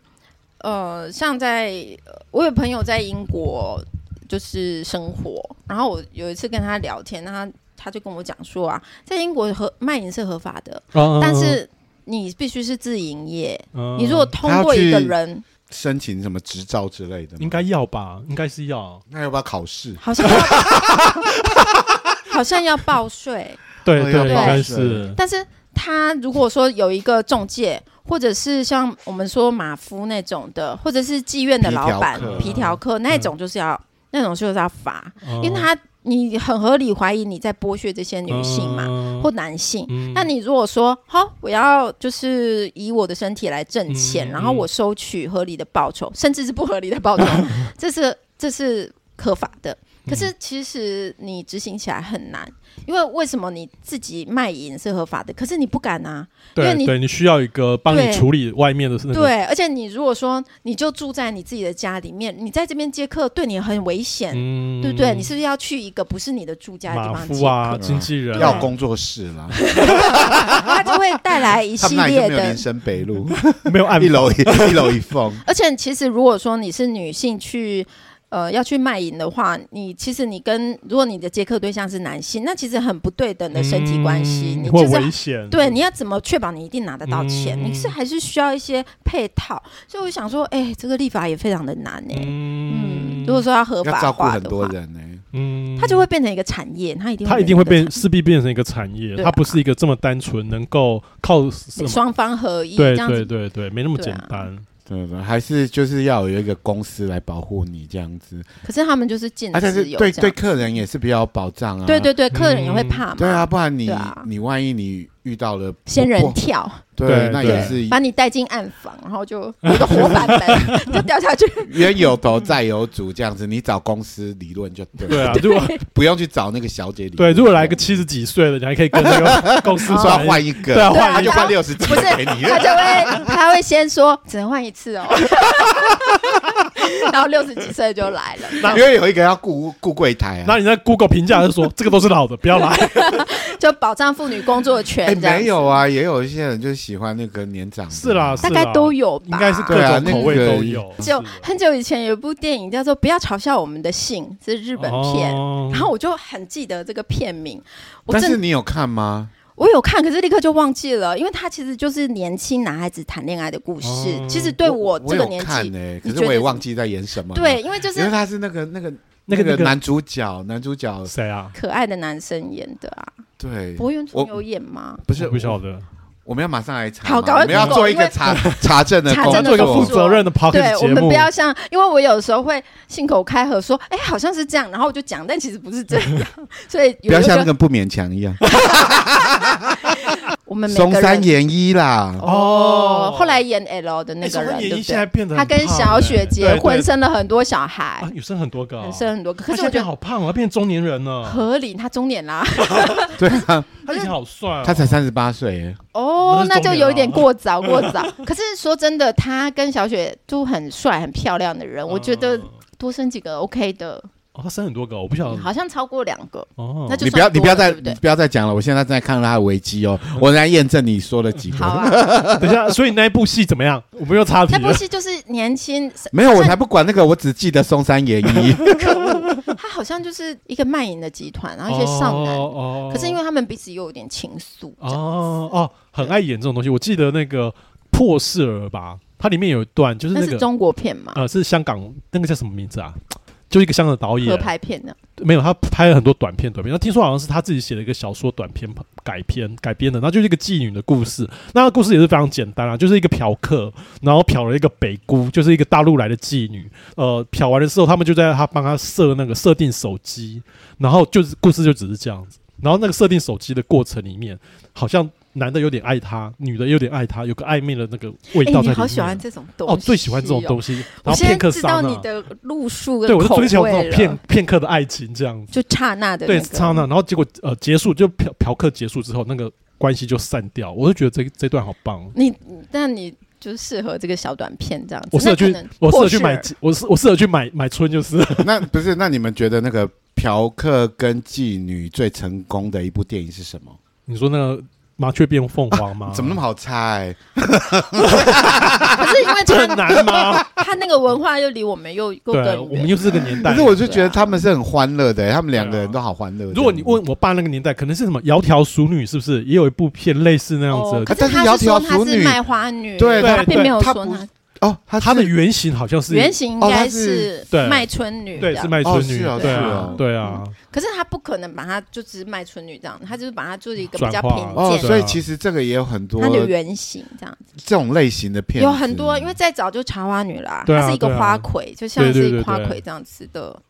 呃，像在呃我有朋友在英国就是生活，然后我有一次跟他聊天，那他他就跟我讲说啊，在英国合卖淫是合法的，嗯但是你必须是自营业。你你如果嗯通过一个人，申请什么执照之类的吗，应该要吧，应该是要。那要不要考试？好像要 好像要报税，对哦对，要应报该税是。但是他如果说有一个中介，或者是像我们说马夫那种的，或者是妓院的老板皮条客、皮条客啊嗯那种，就是要、那种就是要罚，因因为他你很合理怀疑你在剥削这些女性哦嘛、嘛或男性。嗯那你如果说好，我要就是以我的身体来挣钱，嗯然后我收取合理的报酬，甚至是不合理的 报酬，这是这是合法的。可嗯是其实你执行起来很难，因为为什么你自己卖淫是合法的，可是你不敢啊？因为对你对，你需要一个帮你对处理外面的那个。对，而且你如果说你就住在你自己的家里面，你在这边接客对你很危险，嗯对不对？你是不是要去一个不是你的住家的地马方接夫客？啊，接客经纪人要工作室啦，它就会带来 一他系们那里就列没有的林。森北路，没有按一楼一一楼一缝，而且其实如果说你是女性去呃要去卖淫的话，你其实你跟如果你的接客对象是男性，那其实很不对等的身体关系，嗯你会就是危险。对，你要怎么确保你一定拿得到钱？嗯你是还是需要一些配套，所以我想说，哎、这个立法也非常的难哎、嗯，嗯如果说要合要法照顾化很的多话，人呢、嗯它就会变成一个产业，它一定它一定会变，成势必变成一个产业，对啊它不是一个这么单纯能够一靠什个产业么？双方合一这对样对子。对对，没那么对简啊单。对对，还是就是要有一个公司来保护你这样子，可是他们就是禁而且啊是止有对这对样客人也是比较有保障啊。对对对，客人也会嗯怕嘛。对啊，，不然你、对啊你万一你遇到了仙人不不跳，对对，那也是把你带进暗房，然后就有一个活板门 就掉下去。冤有头债有主这样子，你找公司理论就对了，对啊，如果 不用去找那个小姐理论。对如果来个七十几岁的，你还可以跟那个公司就说是要换一个，对啊对啊他就然换后六十几不是给你，他就会他会先说只能换一次哦， 然后六十几岁就来了，那因为有一个要顾顾柜台啊那。你在 Google 评价就说这个都是老的，不要来。就保障妇女工作权哎，这样没子。有啊，也有一些人就喜欢那个年长的。是啦，大是概啦都有吧，应该是各对啊种口味那个都有。就是的很久以前有一部电影叫做《不要嘲笑我们的性》，是日本片，哦然后我就很记得这个片名，我但真是你有看吗？我有看，可是立刻就忘记了，因为它其实就是年轻男孩子谈恋爱的故事。哦其实对我这个有年看纪，呢，你可觉是得我也是忘记在演什么。对，，因为就因为是他是那个那个那个那个男主角，男主角谁啊？可爱的男生演的啊。对，博元我崇有演吗？不我是不晓得，我们要马上来查嘛，好赶快我们要 Google，做一因个为查查证的查工证我真们的做作。一个负责任的 p o c 对 a，s 我 t 哦节们目不。要像，因为我有时候会信口开河说，哎，好像是这样，然后我就讲，但其实不是这样，所以有不要时候像那就个不勉强一样，我们每松个山人研一啦， 哦哦，后来演 L 的那哎个小人，分对演不艺现在对？变得他很跟胖小欸雪结对对婚，生了很多小孩啊，，女生很多个哦，很生很多个，他可是现在我觉变得好胖哦，他变中年人了。合理，他中年啦。对啊，他以前好帅哦，他才三十八岁，哦，那那是就重点有一点了过早，过早。可是说真的，他跟小雪都很帅、很漂亮的人，我觉得嗯多生几个 OK 的，哦，他生很多个，我不晓嗯得好像超过两个。哦那。就你不要算多你不要了再对不对你不要再讲了，我现在正在看到他的危机哦，我来验证你说了几嗯好 啊，个。呃等一下，所以那一部戏怎么样？我们又插题那部了。戏就是年轻， 没有，我才不管那个，我只记得松山研一。可恶，他好像就是一个卖淫的集团，然后一些少男，哦可是因为他们彼此又有点情愫，这样哦哦，很爱演这种东西。我记得那个《破事儿》吧，它里面有一段就是那那是个中国片嘛，呃，是香港那个叫什么名字啊？就一个香港的导合演，拍片的，没有他拍了很多短片，短片。那听说好像是他自己写了一个小说短片改编改编的，那就是一个妓女的故事。那故事也是非常简单啊，就是一个嫖客，然后嫖了一个北姑，就是一个大陆来的妓女。呃，嫖完了之后，他们就在他帮他设那个设定手机，然后就是故事就只是这样子。然后那个设定手机的过程里面，好像男的有点爱她，女的有点爱他，有个暧昧的那个味哎道，在里你面。好喜欢这种东西，哦，最喜欢这种东。西。我然后现片在刻知道刹你那，的路数跟对我就口追求这味种了，片片刻的爱情这样子。就刹那的那对，个超那，然后结果呃结束就嫖嫖客结束之后，那个关系就散掉，我就觉得这这段好棒。哦你，那你就适合这个小短片这样子。我适合那可去能，我适合或去许买，我适我适合去买买春就是 了那不是？那你们觉得那个嫖客跟妓女最成功的一部电影是什么？你说那个麻雀变凤凰吗？啊 怎么那么 好猜？可是因为这 很他 难吗？他那个文化又离我们又又更对，啊远，我们又是这个年代可。是我就觉得他们是很欢乐的，他们两个人都好欢乐。如果你问我爸那个年代，可能是什么《窈窕淑女》，是不是也有一部片类似那样子哦的？可但是是他是说窈窕他淑是女卖花女，对对他并对没有他说不他哦，他它的是原型好像是原型应哦他该是是对卖春女对的是卖春女，哦是哦对是啊哦对啊，可是他不可能把它就只是卖春女这样，他就是把它做一个比转较化平哦，贱。所以其实这个也有很多它的原型这样子这种类型的片子，有很多，因为再早就茶花女啦，对啊她是一个对啊花魁，就像对对是一对个花对魁这样子的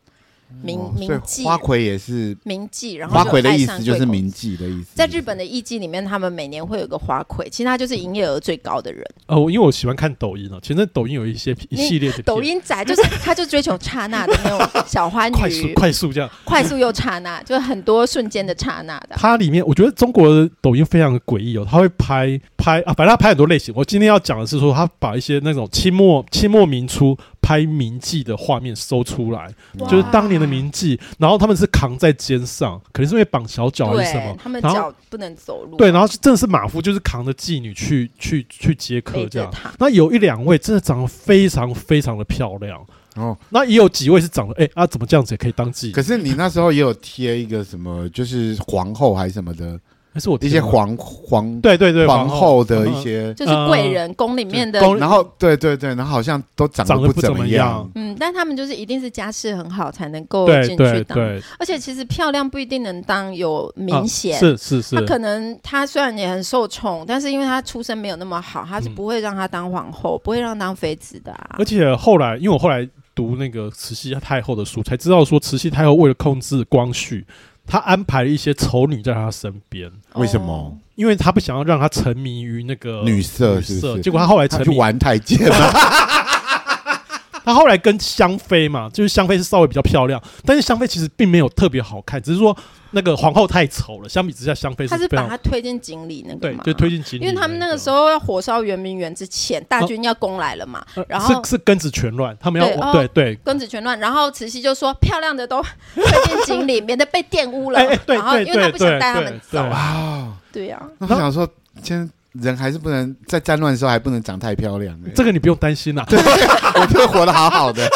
名哦名所以妓花魁也是名妓，然后花就魁的爱意上思就是贵公名子妓的意思，在日本的艺妓里面，他们每年会有个花魁，其实他就是营业额最高的人。哦，我因为我喜欢看抖音哦，前阵抖音有一些一系列的片抖音仔就是他，就追求刹那的那种小欢快速愉，快速这样。快速又刹那，就是很多瞬间的刹那的。它里面，我觉得中国的抖音非常的诡异哦，它会拍拍啊，反正它拍很多类型。我今天要讲的是说，它把一些那种清末清末民初拍名妓的画面搜出来，哇就是当年的名妓，然后他们是扛在肩上，可能是因为绑小脚还是什对么，，他们然后脚不能走路，对，然后是真的是马夫，就是扛着妓女去去去接客背这着样。他。那有一两位真的长得非常非常的漂亮，哦，那也有几位是长得哎、啊，怎么这样子也可以当妓可女？是你那时候也有贴一个什么，就是皇后还是什么的还是我一听些过皇皇对对对皇后的嗯一些，就是贵人宫里面的宫然后对对对，然后好像都长得长得不怎怎么样样，嗯，但他们就是一定是家世很好才能够对哦进去对当，对，而且其实漂亮不一定能当有啊明显。是是她是，可能她虽然也很受宠，但是因为她出身没有那么好，她是嗯不会让她当皇后，不会让她当妃子的啊而。且后来，因为我后来读那个慈禧太后的书，才知道说慈禧太后为了控制光绪，她安排了一些丑女在她身边，为什哦么？因为她不想要让她沉迷于那个女色女是不色。是结果她后来他沉去迷，玩太监了， 她后来跟香妃嘛，就是香妃是稍微比较漂亮，但是香妃其实并没有特别好看，只是说那个皇后太丑了，相比之下香妃她是非把常她推进井里那个对，嘛，就推进锦鲤因个。为他们那个时候要火烧圆明园之前，大哦军要攻来了嘛，呃，然后是是庚子全乱，他们要对往哦对对庚子全乱，然后慈禧就说漂亮的都 推进井里，免得被玷污了。哎哎对然后对因为她不对想带他对们走啊，哇！对呀、那我想说，现在人还是不能在战乱的时候还不能长太漂亮欸，这个你不用担心啦。我就活得好好的。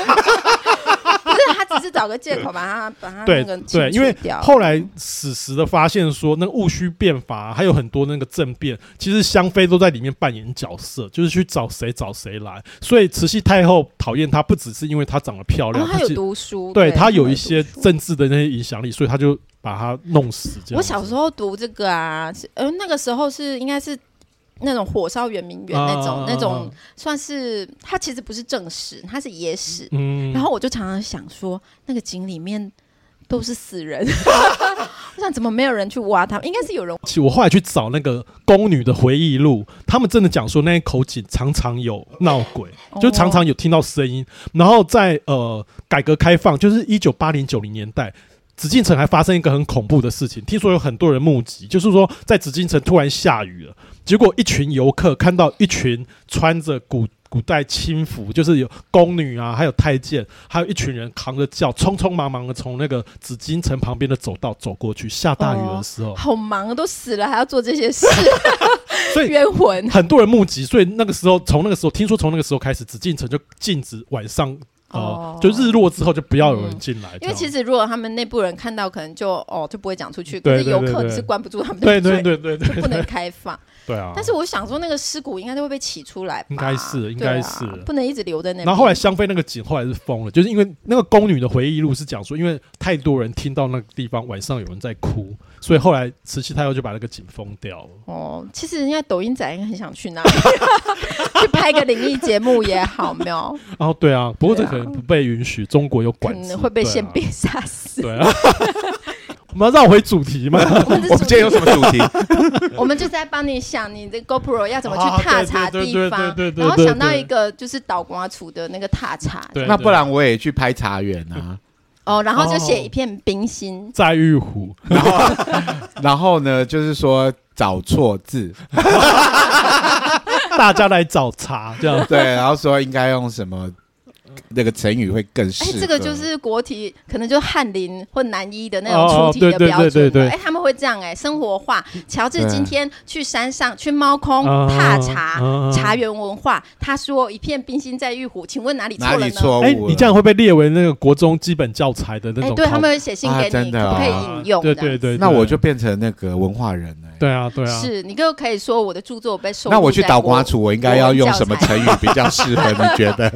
不是她只是找个借口把她把她那对个清对，除因为掉嗯后来史实的发现说，那个戊戌变法、啊还有很多那个政变，其实香妃都在里面扮演角色，就是去找谁找谁来。所以慈禧太后讨厌她，不只是因为她长得漂然亮，后哦她有其实读书，对她她有哦有一些读书政治的那些影响力，所以她就把她弄死。这样子，我小时候读这个啊，是呃，那个时候是应该是那种火烧圆明园那种、啊那种，算是它其实不是正史，它是野史。嗯，然后我就常常想说，那个井里面都是死人， 我想怎么没有人去挖他们？应该是有人其实我后来去找那个宫女的回忆录，他们真的讲说那一口井常常有闹鬼，哦就常常有听到声音。然后在呃改革开放，就是一九八零九零年代，紫禁城还发生一个很恐怖的事情，听说有很多人目击，就是说在紫禁城突然下雨了，结果一群游客看到一群穿着古。古代清服就是有宫女啊，还有太监，还有一群人扛着轿，匆匆忙忙的从那个紫禁城旁边的走道走过去。下大雨的时候，好忙，都死了还要做这些事， 所以冤魂。很多人目击，所以那个时候，从那个时候，听说从那个时候开始，紫禁城就禁止晚上，呃，哦就日落之后就不要有人进来、因为其实，实如果他们内部人看到，可能就哦就不会讲出去。对可是对游对客对你是关不住他们的对嘴，对对对对就不能开 放。对啊！但是我想说，那个尸骨应该都会被起出来吧？应该是应对啊该是不能一直留在那边。然后后来香妃那个井后来是封了，就是因为那个宫女的回忆录是讲说，因为太多人听到那个地方晚上有人在哭，所以后来慈禧太后就把那个井封掉了。哦，其实人家抖音仔应该很想去 那里，去拍个灵异节目也好，没有然后对啊，不过这对啊可能不被允许，中国有可管制，能会被对啊宪兵 杀死。对啊，我们要绕回主题嘛。我们 我这们今天有什么主题？我们就是在帮你想你的 GoPro 要怎么啊去踏查对对地对方对对，对然后对想到对一个就是岛瓜处的那个踏查， 对，那对不然我也去拍茶园啊。 哦，然后就哦写一片冰心，在玉湖，然后，然后呢，就是说找错 字，大家来找茬这样。对，然后说应该用什么那个成语会更适哎，合。这个就是国体，可能就翰林或南一的那哦种出题对的对标对对准对了。哎，他们会这样哎，生活化。乔治对今天去山上去猫空啊踏查啊茶园文化，他说一片冰心在玉壶，请问哪里错哪了里呢？错误了？哎、你这样会被列为那个国中基本教材的那哎种考。，对他们会写信啊给真你，的可啊不可以引用？对这对样对，那我对就变成那个文化人了、对啊对啊，是你就可以说我的著作被收。那我去岛瓜，处，我应该要用什么成语比较适合？你觉 得？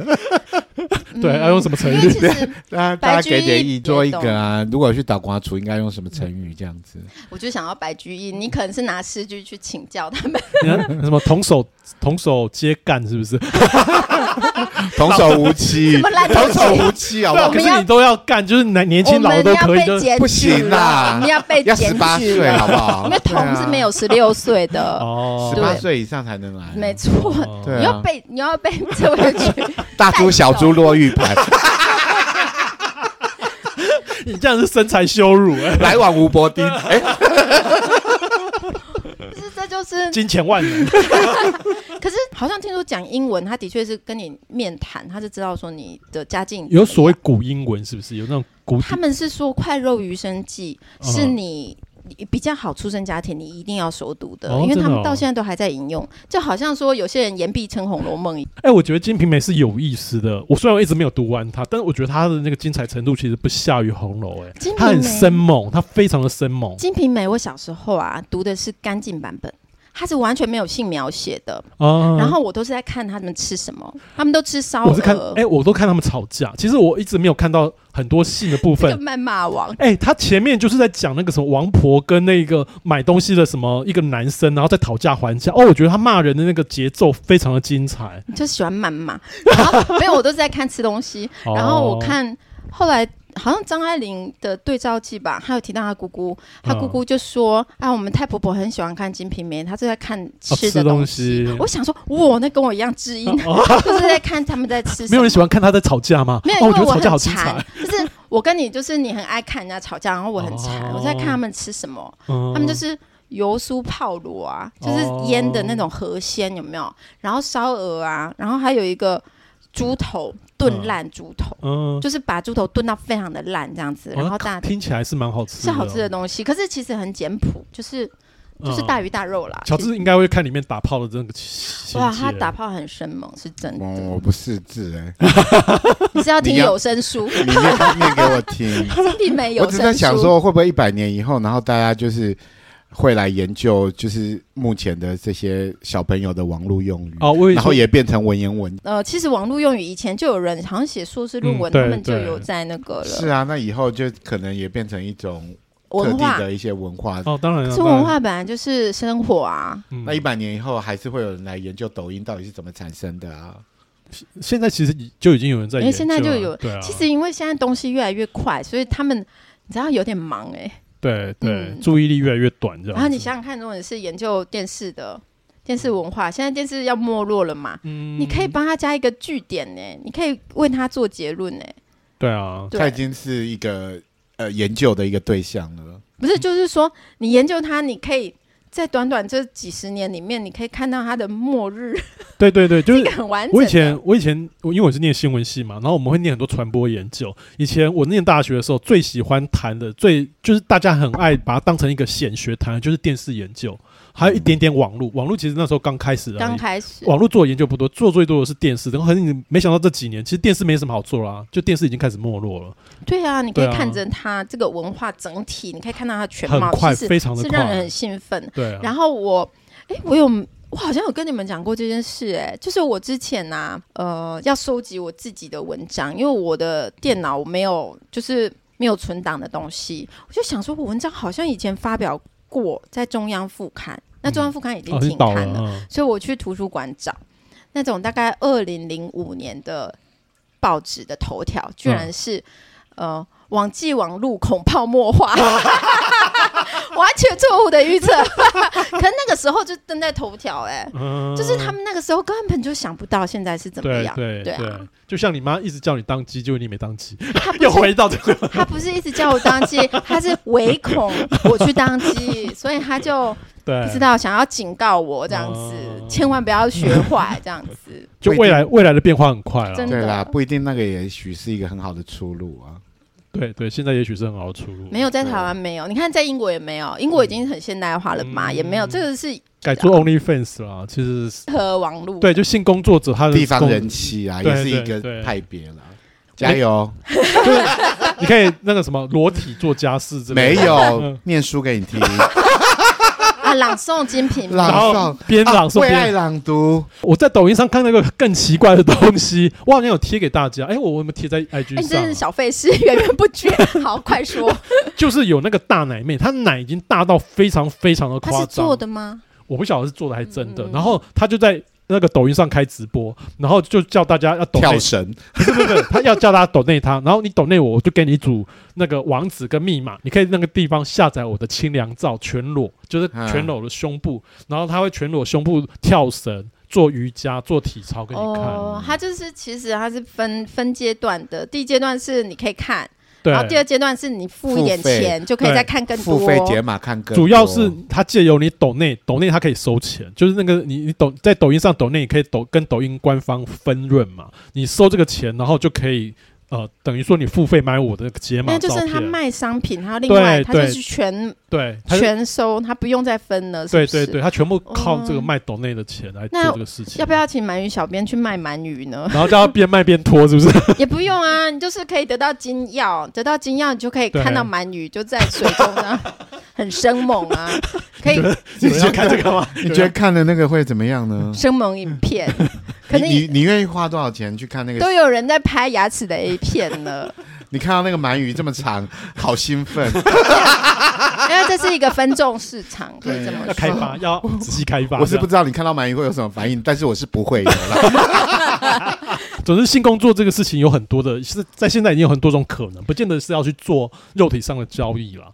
对，要用什么成因语为？其实那大家白居易给点意做一别个动啊。如果去岛瓜处，应该用什么成语这样子？我就想要白居易，你可能是拿诗句去请教他们，你看什么同手同手接干是不是？童叟无欺，怎么烂童东西叟无欺，好不好我可们？是要你都要干，就是男年我轻老们的都要可以，就被检不举行啦啦，我们要被要检十八举岁，了好不好？ 啊因为童是没有十六岁的。哦十对八岁以上才能来， 没错，哦 对你要啊，被你要被 这位去，大猪小猪落 玉盘，你这样是身材羞辱、哎，来往无薄丁。哎，就是这 就是，金钱万能。可是好像听说讲英文，他的确是跟你面谈，他是知道说你的家境有所谓怎么古英文是不是？有那种古样，他们是说快肉余生记嗯是你比较好出身家庭，你一定要熟读的，哦因为他真的们哦到现在都还在引用，就好像说有些人言必称《红楼梦》一样。哎、我觉得《金瓶梅》是有意思的。我虽然我一直没有读完它，但是我觉得它的那个精彩程度其实不下于《红楼》。哎，金它瓶很梅生，猛，它非常的生猛。金瓶梅，我小时候啊读的是干净版本，它是完全没有性描写的，啊然后呃我都是在看他们吃什么，他们都吃烧我是看，鹅，哎、我都看他们吵架。其实我一直没有看到很多性的部这个分。谩骂王，哎、他前面就是在讲那个什么王婆跟那个买东西的什么一个男生，然后在讨价还价。哦，我觉得他骂人的那个节奏非常的精彩。就喜欢谩骂，然后没有，我都是在看吃东西，然后我哦看后来好像张爱玲的对照记吧，她有提到她姑姑，嗯她姑姑就说、啊，我们太婆婆很喜欢看《金瓶梅》，她就在看哦吃的吃东西。西我想说，哇，那跟我一样知音， 就是在看他们在吃什么。没有人喜欢看他在吵架吗？没有，哦，因觉为得我吵架好很精彩馋。，就是我跟你，就是你很爱看人家吵架，然后我很馋，哦我在看他们吃什么，嗯哦他们就是油酥泡螺啊，就是腌的那种河鲜，有没有？然后烧鹅啊，然后还有一个猪头炖烂猪头，嗯，就是把猪头炖到非常的烂这样子，然后大家听起哦来是哦蛮好吃的，是好吃的东西，可是其实很简朴，就是就是大鱼。鱼大肉啦。嗯乔其实治应该会看里面打炮的这个情哇，情他节打炮很生猛，是真我的。我不识字哎、你是要听哦你要有声书，你念念给我听。 并没有我声只书。在想说，会不会一百年以后，然后大家就是会来研究，就是目前的这些小朋友的网络用语，哦，我以为然后说也变成文言文。呃，其实网络用语以前就有人好像写硕士论文，嗯对他们就对有在那个了是啊，那以后就可能也变成一种特文定化。的一些文化。哦，当然可了，是当然文化本来就是生活啊，嗯那一百年以后，还是会有人来研究抖音到底是怎么产生的啊？现在其实已就已经有人在因研为哎究了，现在就有对啊，其实因为现在东西越来越快，所以他们你知道有点忙哎、对对嗯，注意力越来越短，这然后样你子。想想看，如果你是研究电视的电视文化，现在电视要没落了嘛，嗯你可以帮他加一个据点呢、你可以为他做结论呢、对啊，它对，已经是一个呃研究的一个对象了。不是就是说你研究他，你可以在短短这几十年里面，你可以看到他的末日， 对对对，就是很完整的。我以前，我以前，我因为我是念新闻系嘛，然后我们会念很多传播研究。以前我念大学的时候，最喜欢谈的，最就是大家很爱把它当成一个显学谈，的就是电视研究，还有一点点网络。网络其实那时候刚开始而已，刚开始，网络做的研究不多，做最多的是电视。然后很没想到这几年，其实电视没什么好做啦、就电视已经开始没落了，对啊，你可对啊以看着它这个文化整体，你可以看到它全很貌，快，其实非常的是让人快很。兴奋。对啊，然后我，哎，我有，我好像有跟你们讲过这件事、哎，就是我之前呐、呃，要收集我自己的文章，因为我的电脑我没有，就是没有存档的东西，我就想说，我文章好像以前发表过在中央副刊，那中央副刊已经哦，停你倒刊了，了，嗯所以我去图书馆找那种大概二零零五年的报纸的头条，居然是、嗯呃网际网路恐泡沫化。 完全错误的预测，可是那个时候就登在头条哎、嗯就是他们那个时候根本就想不到现在是怎么对样，对对啊，就像你妈一直叫你当鸡，结果你没当鸡，他不又是回到这个。他不是一直叫我当 机，他是唯恐我去当机，所以他就对，不知道想要警告我这样子，哦千万不要学坏这样子。就未来未来的变化很快啊了真。的对啦，不一定那个也许是一个很好的出路啊。对对，现在也许是很好的出路。没有在台湾没有，你看在英国也没有，英国已经很现代化了嘛，嗯也没有，这个是改做 OnlyFans 啦，其实是和网络对，就性工作者他的地方工人，气啊，对也是一呃对个对派别啦。加油！你可以那个什么裸体做家事之类没的，有 嗯念书给你听，啊，朗诵精品嘛，然朗后诵边朗诵啊为爱边。朗读，我在抖音上看那个更奇怪的东西，我好像有贴给大家，哎，我我有没有贴在哎， IG 你真是上啊？小费事 源源不绝。好，快说，就是有那个大奶妹，她奶已经大到非常非常的他夸是张做，的吗？我不晓得是做的还是真的嗯。嗯然后她就在那个抖音上开直播，然后就叫大家要抖跳内绳，不是， 他要叫大家抖内他，然后你抖内我，我就给你一组那个网址跟密码，你可以那个地方下载我的清凉照，全裸，就是嗯全裸的胸部，然后他会全裸胸部跳绳、做瑜伽、做体操给你看。哦，他就是其实他是分分阶段的，第一阶段是你可以看，对然，啊后第二阶段是你付一点付费钱就可以对再看更多。付费解码看更多主要是他借由你抖内，抖内他可以收钱，就是那个你你抖在抖音上抖内，你可以抖跟抖音官方分润嘛，你收这个钱，然后就可以。呃，等于说你付费买我的解码那就照是他片，卖商品，他另外对他就对是全对，他就全收，他不用再分了，是对不是对对，他全部靠这个嗯卖抖内的钱来那做这个事情。？要不要请鳗鱼小编去卖鳗鱼呢然后叫他边卖边拖， 是不是？也不用啊，你就是可以得到金药，得到金药你就可以对看到鳗鱼就在水中啊， 很生猛啊， 可以你们要看这个吗？你觉得看了那个会怎么样呢？生猛影 片，可你你能你愿意花多少钱去看那个？都有人在拍牙齿的 A 片 了，你看到那个鳗鱼这么长，好兴奋！因为这是一个分众市场，可以这么要开说。 发，要仔细开发。我是不这样，知道你看到鳗鱼会有什么反应，但是我是不会有啦。总之性工作这个事情有很多的，是在现在已经有很多种可能，不见得是要去做肉体上的交易啦。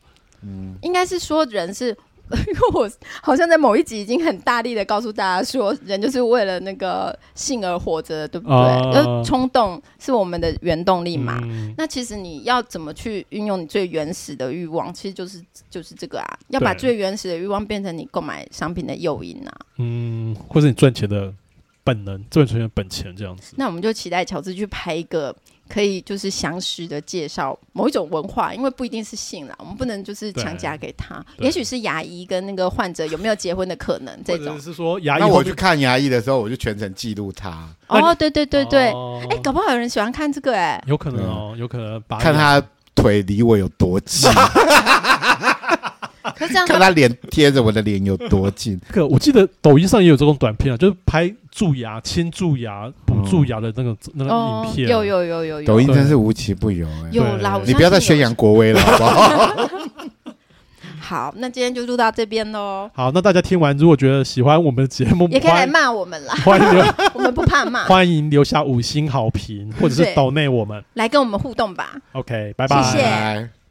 嗯，应该是说人是， 因为我好像在某一集已经很大力的告诉大家说，人就是为了那个性而活着的，对不对？啊呃，冲动是我们的原动力嘛。嗯那其实你要怎么去运用你最原始的欲望，其实就是就是这个啊，要把对最原始的欲望变成你购买商品的诱因啊。嗯，或者你赚钱的本能，赚钱的本钱这样子。那我们就期待乔治去拍一个可以就是详实的介绍某一种文化，因为不一定是性啦，我们不能就是强加给他，对也许是牙医跟那个患者有没有结婚的可能这或者种。是说牙医那我会去去，看牙医的时候，我就全程记录他，那你哦，对对对对，哦哎、搞不好有人喜欢看这个哎、有可能哦，有可能把嗯看他腿离我有多近，可是这样看他他脸贴着我的脸有多近。那个，我记得抖音上也有这种短片啊，就是拍蛀牙、清蛀牙、补蛀牙的那个那哦个影，片。啊有有有有有抖音对真是无奇不有哎、有啦，对我你不要再相信宣有扬国威了，好不好？好，那今天就录到这边喽，好，那大家听完，如果觉得喜欢我们的节目，也可以来欢骂我们啦，欢迎留 我们不怕骂，欢迎留下五星好评，或者是对抖内我们。来跟我们互动吧。 OK，拜拜。谢谢拜